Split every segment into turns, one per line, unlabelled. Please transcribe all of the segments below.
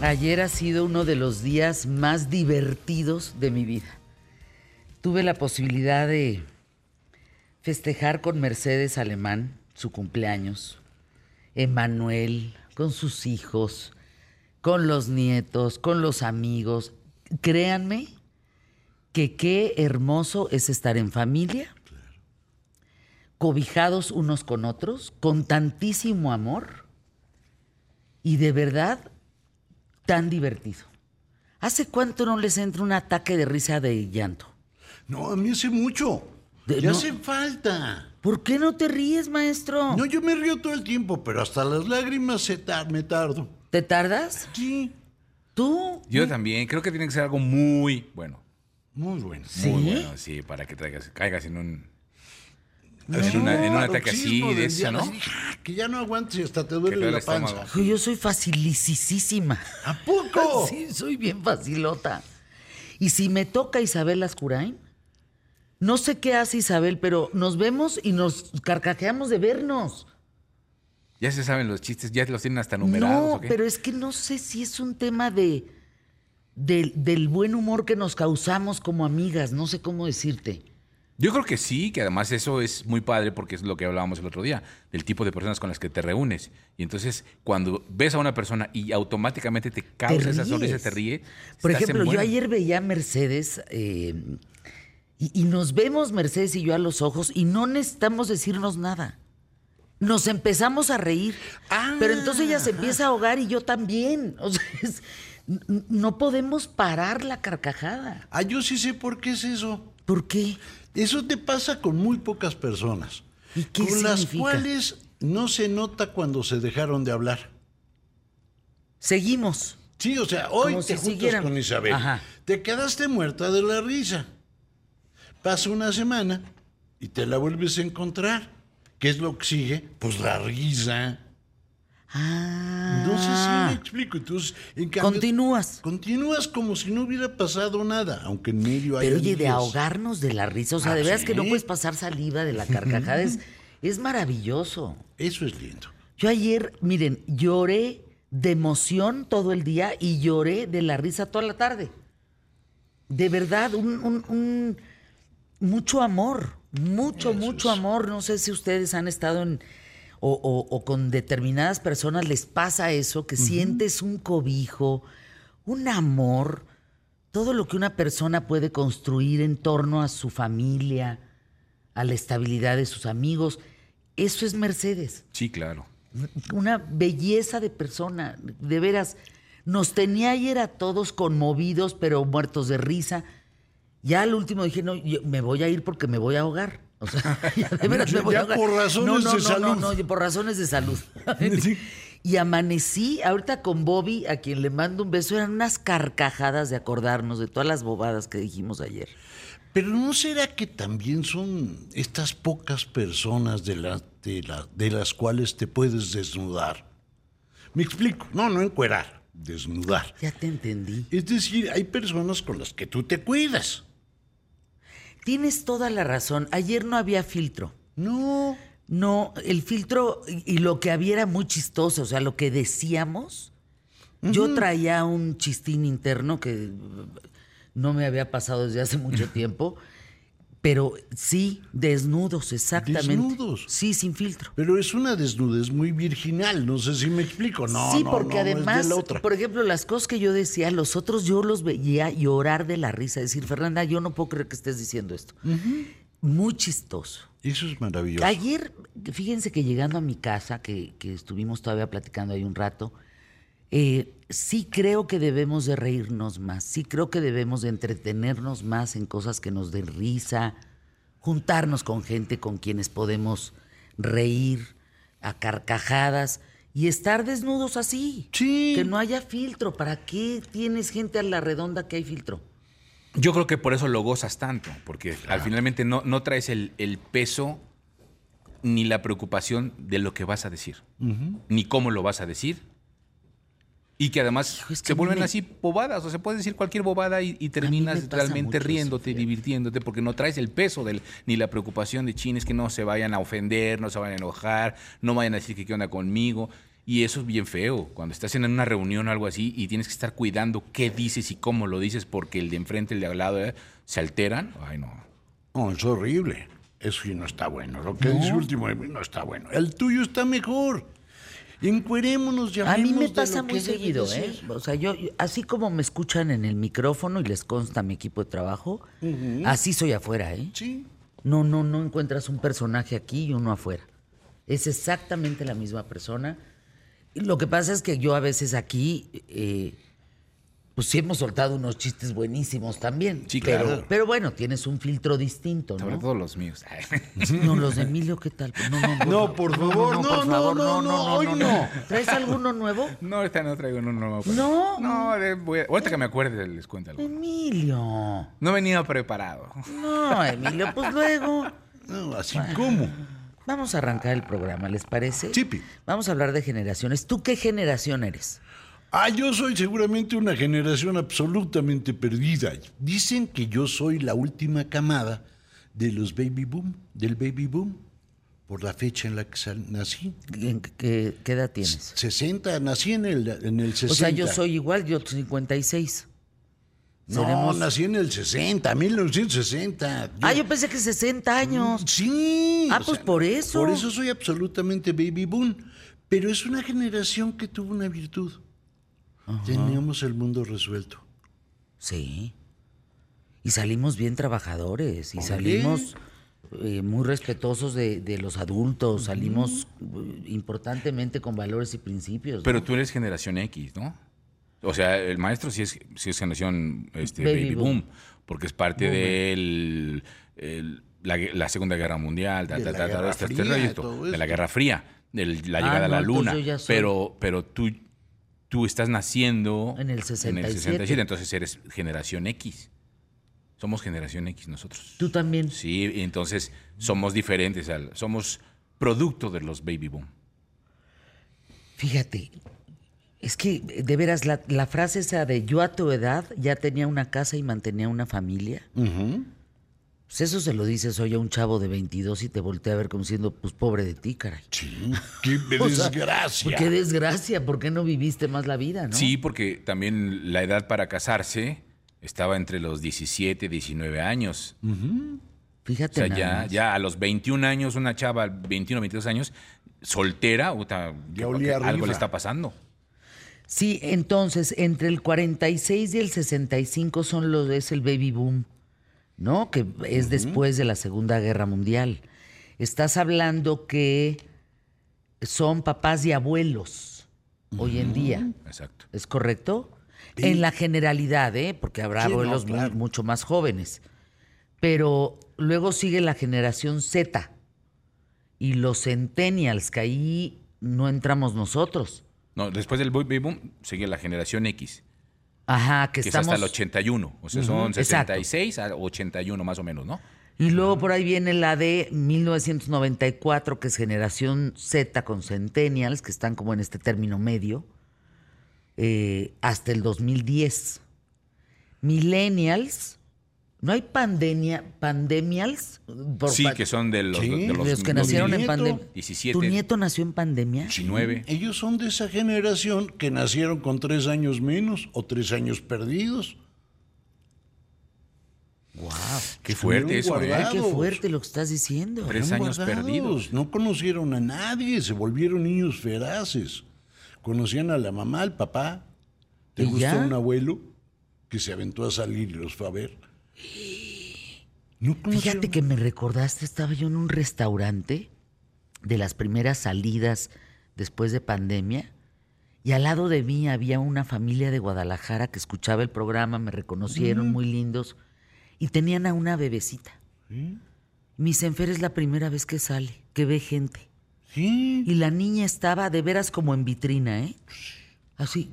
Ayer ha sido uno de los días más divertidos de mi vida. Tuve la posibilidad de festejar con Mercedes Alemán su cumpleaños, Emanuel, con sus hijos, con los nietos, con los amigos. Créanme que qué hermoso es estar en familia, cobijados unos con otros, con tantísimo amor y de verdad tan divertido. ¿Hace cuánto no les entra un ataque de risa de llanto?
No, a mí hace mucho.
De-
ya
no.
hace falta.
¿Por qué no te ríes, maestro?
No, yo me río todo el tiempo, pero hasta las lágrimas se tar- me tardo.
¿Te tardas?
Sí,
¿Tú?
Yo también, creo que tiene que ser algo muy bueno.
muy bueno.
¿Sí?
Muy bueno, sí, para que traigas- caigas en un.
No,
en, una- en un ataque
paroxismo
así, de
del
eso, ¿no?
llanto, así, ah, que ya no aguantes y hasta te duele
te duele
la
el estómago.
panza.
Hijo, Yo soy facilisísima.
¿A poco?
Sí, soy bien facilota. Y si me toca Isabel Ascurain, no sé qué hace Isabel, pero nos vemos y nos carcajeamos de vernos.
Ya se saben los chistes, ya los tienen hasta numerados.
no,
¿o qué?
pero es que no sé si es un tema de, del- del buen humor que nos causamos como amigas, no sé cómo decirte.
Yo creo que sí, que además eso es muy padre porque es lo que hablábamos el otro día, del tipo de personas con las que te reúnes. Y entonces, cuando ves a una persona y automáticamente te causa esa sonrisa,
ríes.
te ríe.
Por
estás en
ejemplo, yo
buena.
ayer veía a Mercedes eh, y, y nos vemos Mercedes y yo a los ojos y no necesitamos decirnos nada. Nos empezamos a reír.
Ah,
pero entonces ella se empieza a ahogar y yo también. O sea, es- n- n- no podemos parar la carcajada.
Ah, yo sí sé por qué es eso.
¿Por qué?
Eso te pasa con muy pocas personas.
¿Y qué
con las
significa?
cuales no se nota cuando se dejaron de hablar.
Seguimos.
Sí, o sea, hoy
Como
te
si
juntas
siguieran.
con Isabel.
Ajá.
Te quedaste muerta de la risa. Pasa una semana y te la vuelves a encontrar. ¿Qué es lo que sigue? Pues la risa.
Ah.
No sé si me explico. Entonces, en cambio,
Continúas.
Continúas como si no hubiera pasado nada, aunque en medio hay.
Pero oye, de ahogarnos de la risa. O sea,
Ah,
de veras que no
sí.
puedes pasar saliva de la carcajada. es, es maravilloso.
Eso es lindo.
Yo ayer, miren, lloré de emoción todo el día y lloré de la risa toda la tarde. De verdad, un, un- un- mucho amor, mucho, mucho amor. No sé si ustedes han estado en o, o- o con determinadas personas les pasa eso, que sientes un cobijo, un amor, todo lo que una persona puede construir en torno a su familia, a la estabilidad de sus amigos. Eso es Mercedes
Sí, claro.
una belleza de persona, de veras. Nos tenía ayer a todos conmovidos, pero muertos de risa. Ya al último dije, no, yo me voy a ir porque me voy a ahogar. O sea, ya de veras me voy
Ya
a ahogar.
por razones
No, no,
de
no,
salud.
No, no, por razones de salud.
Sí.
Y amanecí ahorita con Bobby, a quien le mando un beso. Eran unas carcajadas de acordarnos de todas las bobadas que dijimos ayer.
Pero ¿no será que también son estas pocas personas de, la- de la- de las cuales te puedes desnudar? Me explico. No, no encuerar, desnudar.
Ya te entendí.
Es decir, hay personas con las que tú te cuidas.
Tienes toda la razón. Ayer no había filtro.
No.
No, el filtro y y lo que había era muy chistoso, o sea, lo que decíamos. Yo traía un chistín interno que mm, no me había pasado desde hace mucho tiempo, pero sí, desnudos, exactamente.
Desnudos.
Sí, sin filtro.
Pero es una desnudez muy virginal, no sé si me explico. No,
sí,
no,
porque
no, es de
además,
la otra.
por ejemplo, las cosas que yo decía, los otros yo los veía llorar de la risa, decir, Fernanda, yo no puedo creer que estés diciendo esto. Muy chistoso.
Eso es maravilloso.
Ayer, fíjense que llegando a mi casa, que, que estuvimos todavía platicando ahí un rato, eh, sí creo que debemos de reírnos más, sí creo que debemos de entretenernos más en cosas que nos den risa, juntarnos con gente con quienes podemos reír a carcajadas y estar desnudos así.
Sí.
Que no haya filtro. ¿Para qué tienes gente a la redonda que hay filtro?
Yo creo que por eso lo gozas tanto, porque al finalmente no, no traes el, el peso ni la preocupación de lo que vas a decir, ni cómo lo vas a decir. Y que además
Hijo, es que
se
a mí
vuelven
me-
así bobadas, o se puede decir cualquier bobada y, y
me
terminas
pasa mucho
realmente
eso,
riéndote,
fíjate.
divirtiéndote, porque no traes el peso del, ni la preocupación de chines que no se vayan a ofender, no se vayan a enojar, no vayan a decir que qué onda conmigo. Y eso es bien feo, cuando estás en una reunión o algo así y tienes que estar cuidando qué dices y cómo lo dices porque el de enfrente, el de al lado, eh, se alteran. Ay, no.
No, es horrible. Eso sí no está bueno. Lo que dice último de mí no está bueno. El tuyo está mejor. Encuerémonos,
A
llamemos
mí
de
me
lo
pasa
que
muy
debe de
seguido,
ser.
¿eh? O sea, yo, yo- así como me escuchan en el micrófono y les consta a mi equipo de trabajo, así soy afuera, ¿eh?
Sí.
No, no, no encuentras un personaje aquí y uno afuera. Es exactamente la misma persona. Y Lo que pasa es que yo a veces aquí, eh, pues sí hemos soltado unos chistes buenísimos también.
Sí,
pero,
claro.
Pero bueno, tienes un filtro distinto,
Sobre
¿no?
todo los míos.
No, los de Emilio, ¿qué tal? Pues No, no,
No, por favor, no,
por
no,
favor,
no, no, hoy no.
¿Traes alguno nuevo?
no, ahorita no traigo uno nuevo.
No.
No, de- voy a- ahorita que me acuerde les cuento algo.
Emilio.
No venía preparado.
No, Emilio, pues luego
No, así como.
vamos a arrancar el programa, ¿les parece?
Chipi.
Vamos a hablar de generaciones. ¿Tú qué generación eres?
Ah, yo soy seguramente una generación absolutamente perdida. Dicen que yo soy la última camada de los baby boom, del baby boom, por la fecha en la que sal- nací.
¿En ¿Qué, qué edad tienes?
60, nací en el, en el 60.
O sea, yo soy igual, yo 56.
No,
seremos-
nací en el 60, 1960. Yo-
Ah, yo pensé que 60 años.
Sí.
Ah,
o
pues por eso.
Por eso soy absolutamente baby boom. Pero es una generación que tuvo una virtud. Teníamos el mundo resuelto.
Sí. Y salimos bien trabajadores, y
Hombre.
salimos eh, muy respetuosos de, de los adultos, salimos eh, importantemente con valores y principios. Pues ¿no?
Pero tú eres generación X, ¿no? O sea, el maestro sí es, sí es generación este,
Baby
baby,
boom.
boom, porque es parte del el- la, gue- la Segunda Guerra Mundial, ta,
De
ta,
la
ta, ta,
Guerra
este- este
Fría,
rollo,
todo
de la
esto.
Guerra Fría, de la
Ah,
llegada
no,
a la
entonces
Luna.
yo ya soy-
Pero, pero tú, tú estás naciendo
En el 67.
entonces eres generación X. Somos generación X nosotros.
Tú también.
Sí, y entonces somos diferentes, al- somos producto de los baby boom.
Fíjate, es que de veras la, la frase esa de yo a tu edad ya tenía una casa y mantenía una familia.
Mm.
Pues eso se lo dices hoy a un chavo de 22 y te voltea a ver como diciendo, pues pobre de ti, caray.
Sí, qué
O sea,
desgracia.
Qué desgracia, ¿por qué no viviste más la vida, no?
ah. Sí, porque también la edad para casarse estaba entre los 17 y 19 años. O
Fíjate
sea,
nada
ya,
más.
ya a los 21 años, una chava, 21 22 años, soltera, puta, que-
olía
que algo
rifa.
le está pasando.
Sí, entonces, entre el 46 y el 65 son los, es el baby boom, ¿no? Que es después de la Segunda Guerra Mundial. Estás hablando que son papás y abuelos hoy en día,
Exacto.
¿es correcto? En la generalidad, ¿eh? Porque habrá
Sí, no,
abuelos mu-
claro.
mucho más jóvenes. Pero luego sigue la generación Z y los centennials, que ahí no entramos nosotros.
No, después del baby boom sigue la generación X,
Ajá, que,
que
estamos...
es hasta el 81. O sea, son
Ujú, exacto.
76 a 81 más o menos, ¿no?
Y luego por ahí viene la de 1994, que es generación Z con centennials, que están como en este término medio, eh, hasta el 2010. Millennials, ¿no hay pandemia, pandemials? Por
sí,
pa-
que son de los,
Sí,
de
los,
los,
que
los
nacieron en
nieto.
pandemia.
17.
¿Tu nieto nació en pandemia?
19.
Ellos son de esa generación que nacieron con tres años menos o tres años perdidos.
¡Wow!
Qué fuerte eso, ¿eh?
guardado.
¡Qué fuerte lo que estás diciendo!
Tres
Eran
años perdidos.
No conocieron a nadie, se volvieron niños feraces. Conocían a la mamá, al papá. ¿Te
¿Y
gusta
ya?
un abuelo que se aventó a salir y los fue a ver? No conocieron
Fíjate que me recordaste, estaba yo en un restaurante de las primeras salidas después de pandemia y al lado de mí había una familia de Guadalajara que escuchaba el programa, me reconocieron, muy lindos, y tenían a una bebecita. Mis enfer es la primera vez que sale, que ve gente.
Sí,
Y la niña estaba de veras como en vitrina, ¿eh? Así,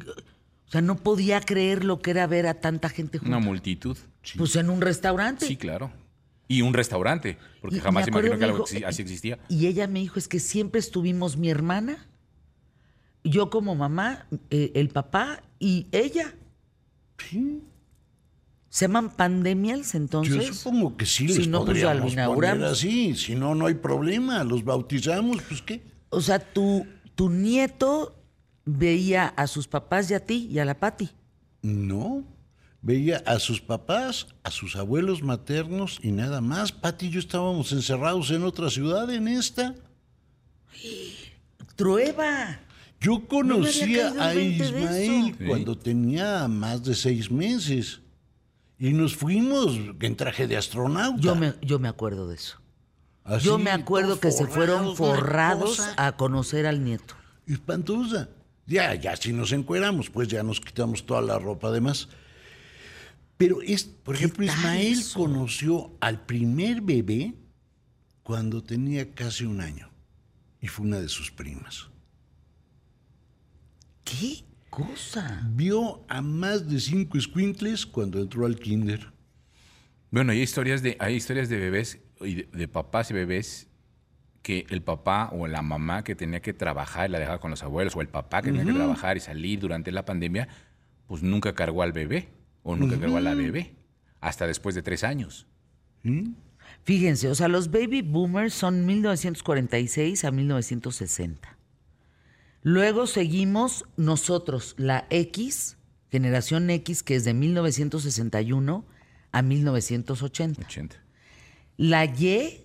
o sea, no podía creer lo que era ver a tanta gente junta.
Una multitud.
Pues en un restaurante.
Sí, claro. Y un restaurante, porque
Y
jamás
me
imagino
acuerdo,
que algo
me
exi-
dijo- eh,
así existía.
Y ella me dijo, es que siempre estuvimos mi hermana, yo como mamá, eh, el papá y ella.
sí.
Se llaman pandemials
Yo
entonces.
supongo que sí
si
les
no, pues, ya lo
podríamos poner
inauguramos.
así. Si no, no hay problema. Los bautizamos, pues qué.
O sea, tu, tu nieto veía a sus papás y a ti y a la Pati.
No. Veía a sus papás, a sus abuelos maternos y nada más. Pati y yo estábamos encerrados en otra ciudad, en esta.
¡Trueba!
Yo conocía
caído
a
el 20 de
Ismael
eso.
Sí.
cuando tenía más de seis meses. Y nos fuimos en traje de astronauta.
Yo me, yo me acuerdo de eso.
Así,
Yo me acuerdo
todos
que se fueron
forrados, una
forrados
cosa
a conocer al nieto.
Espantosa. Ya, ya si nos encueramos, pues ya nos quitamos toda la ropa además. Pero es, por ejemplo,
tal
Ismael
eso?
conoció al primer bebé cuando tenía casi un año. Y fue una de sus primas.
¿Qué cosa?
Vio a más de cinco escuintles cuando entró al kinder.
Bueno, y hay historias de, hay historias de bebés y de, de papás y bebés que el papá o la mamá que tenía que trabajar y la dejaba con los abuelos, o el papá que tenía que trabajar y salir durante la pandemia, pues nunca cargó al bebé o nunca cargó a la bebé, hasta después de tres años.
Fíjense, o sea, los baby boomers son 1946 a 1960. Luego seguimos nosotros, la X, generación X, que es de 1961 a 1980.
80.
La Y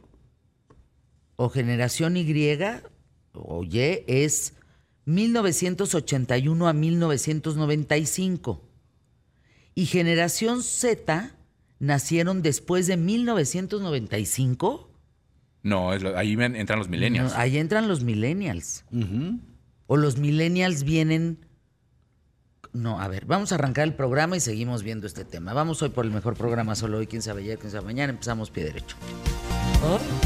o generación Y o Y es 1981 a 1995. Y generación Z nacieron después de 1995.
No, es lo- ahí ven- entran los millennials.
No, ahí entran los millennials. O los millennials vienen... No, a ver, vamos a arrancar el programa y seguimos viendo este tema. Vamos hoy por el mejor programa, solo hoy, quién sabe ayer, quién sabe mañana. Empezamos pie derecho. Hoy.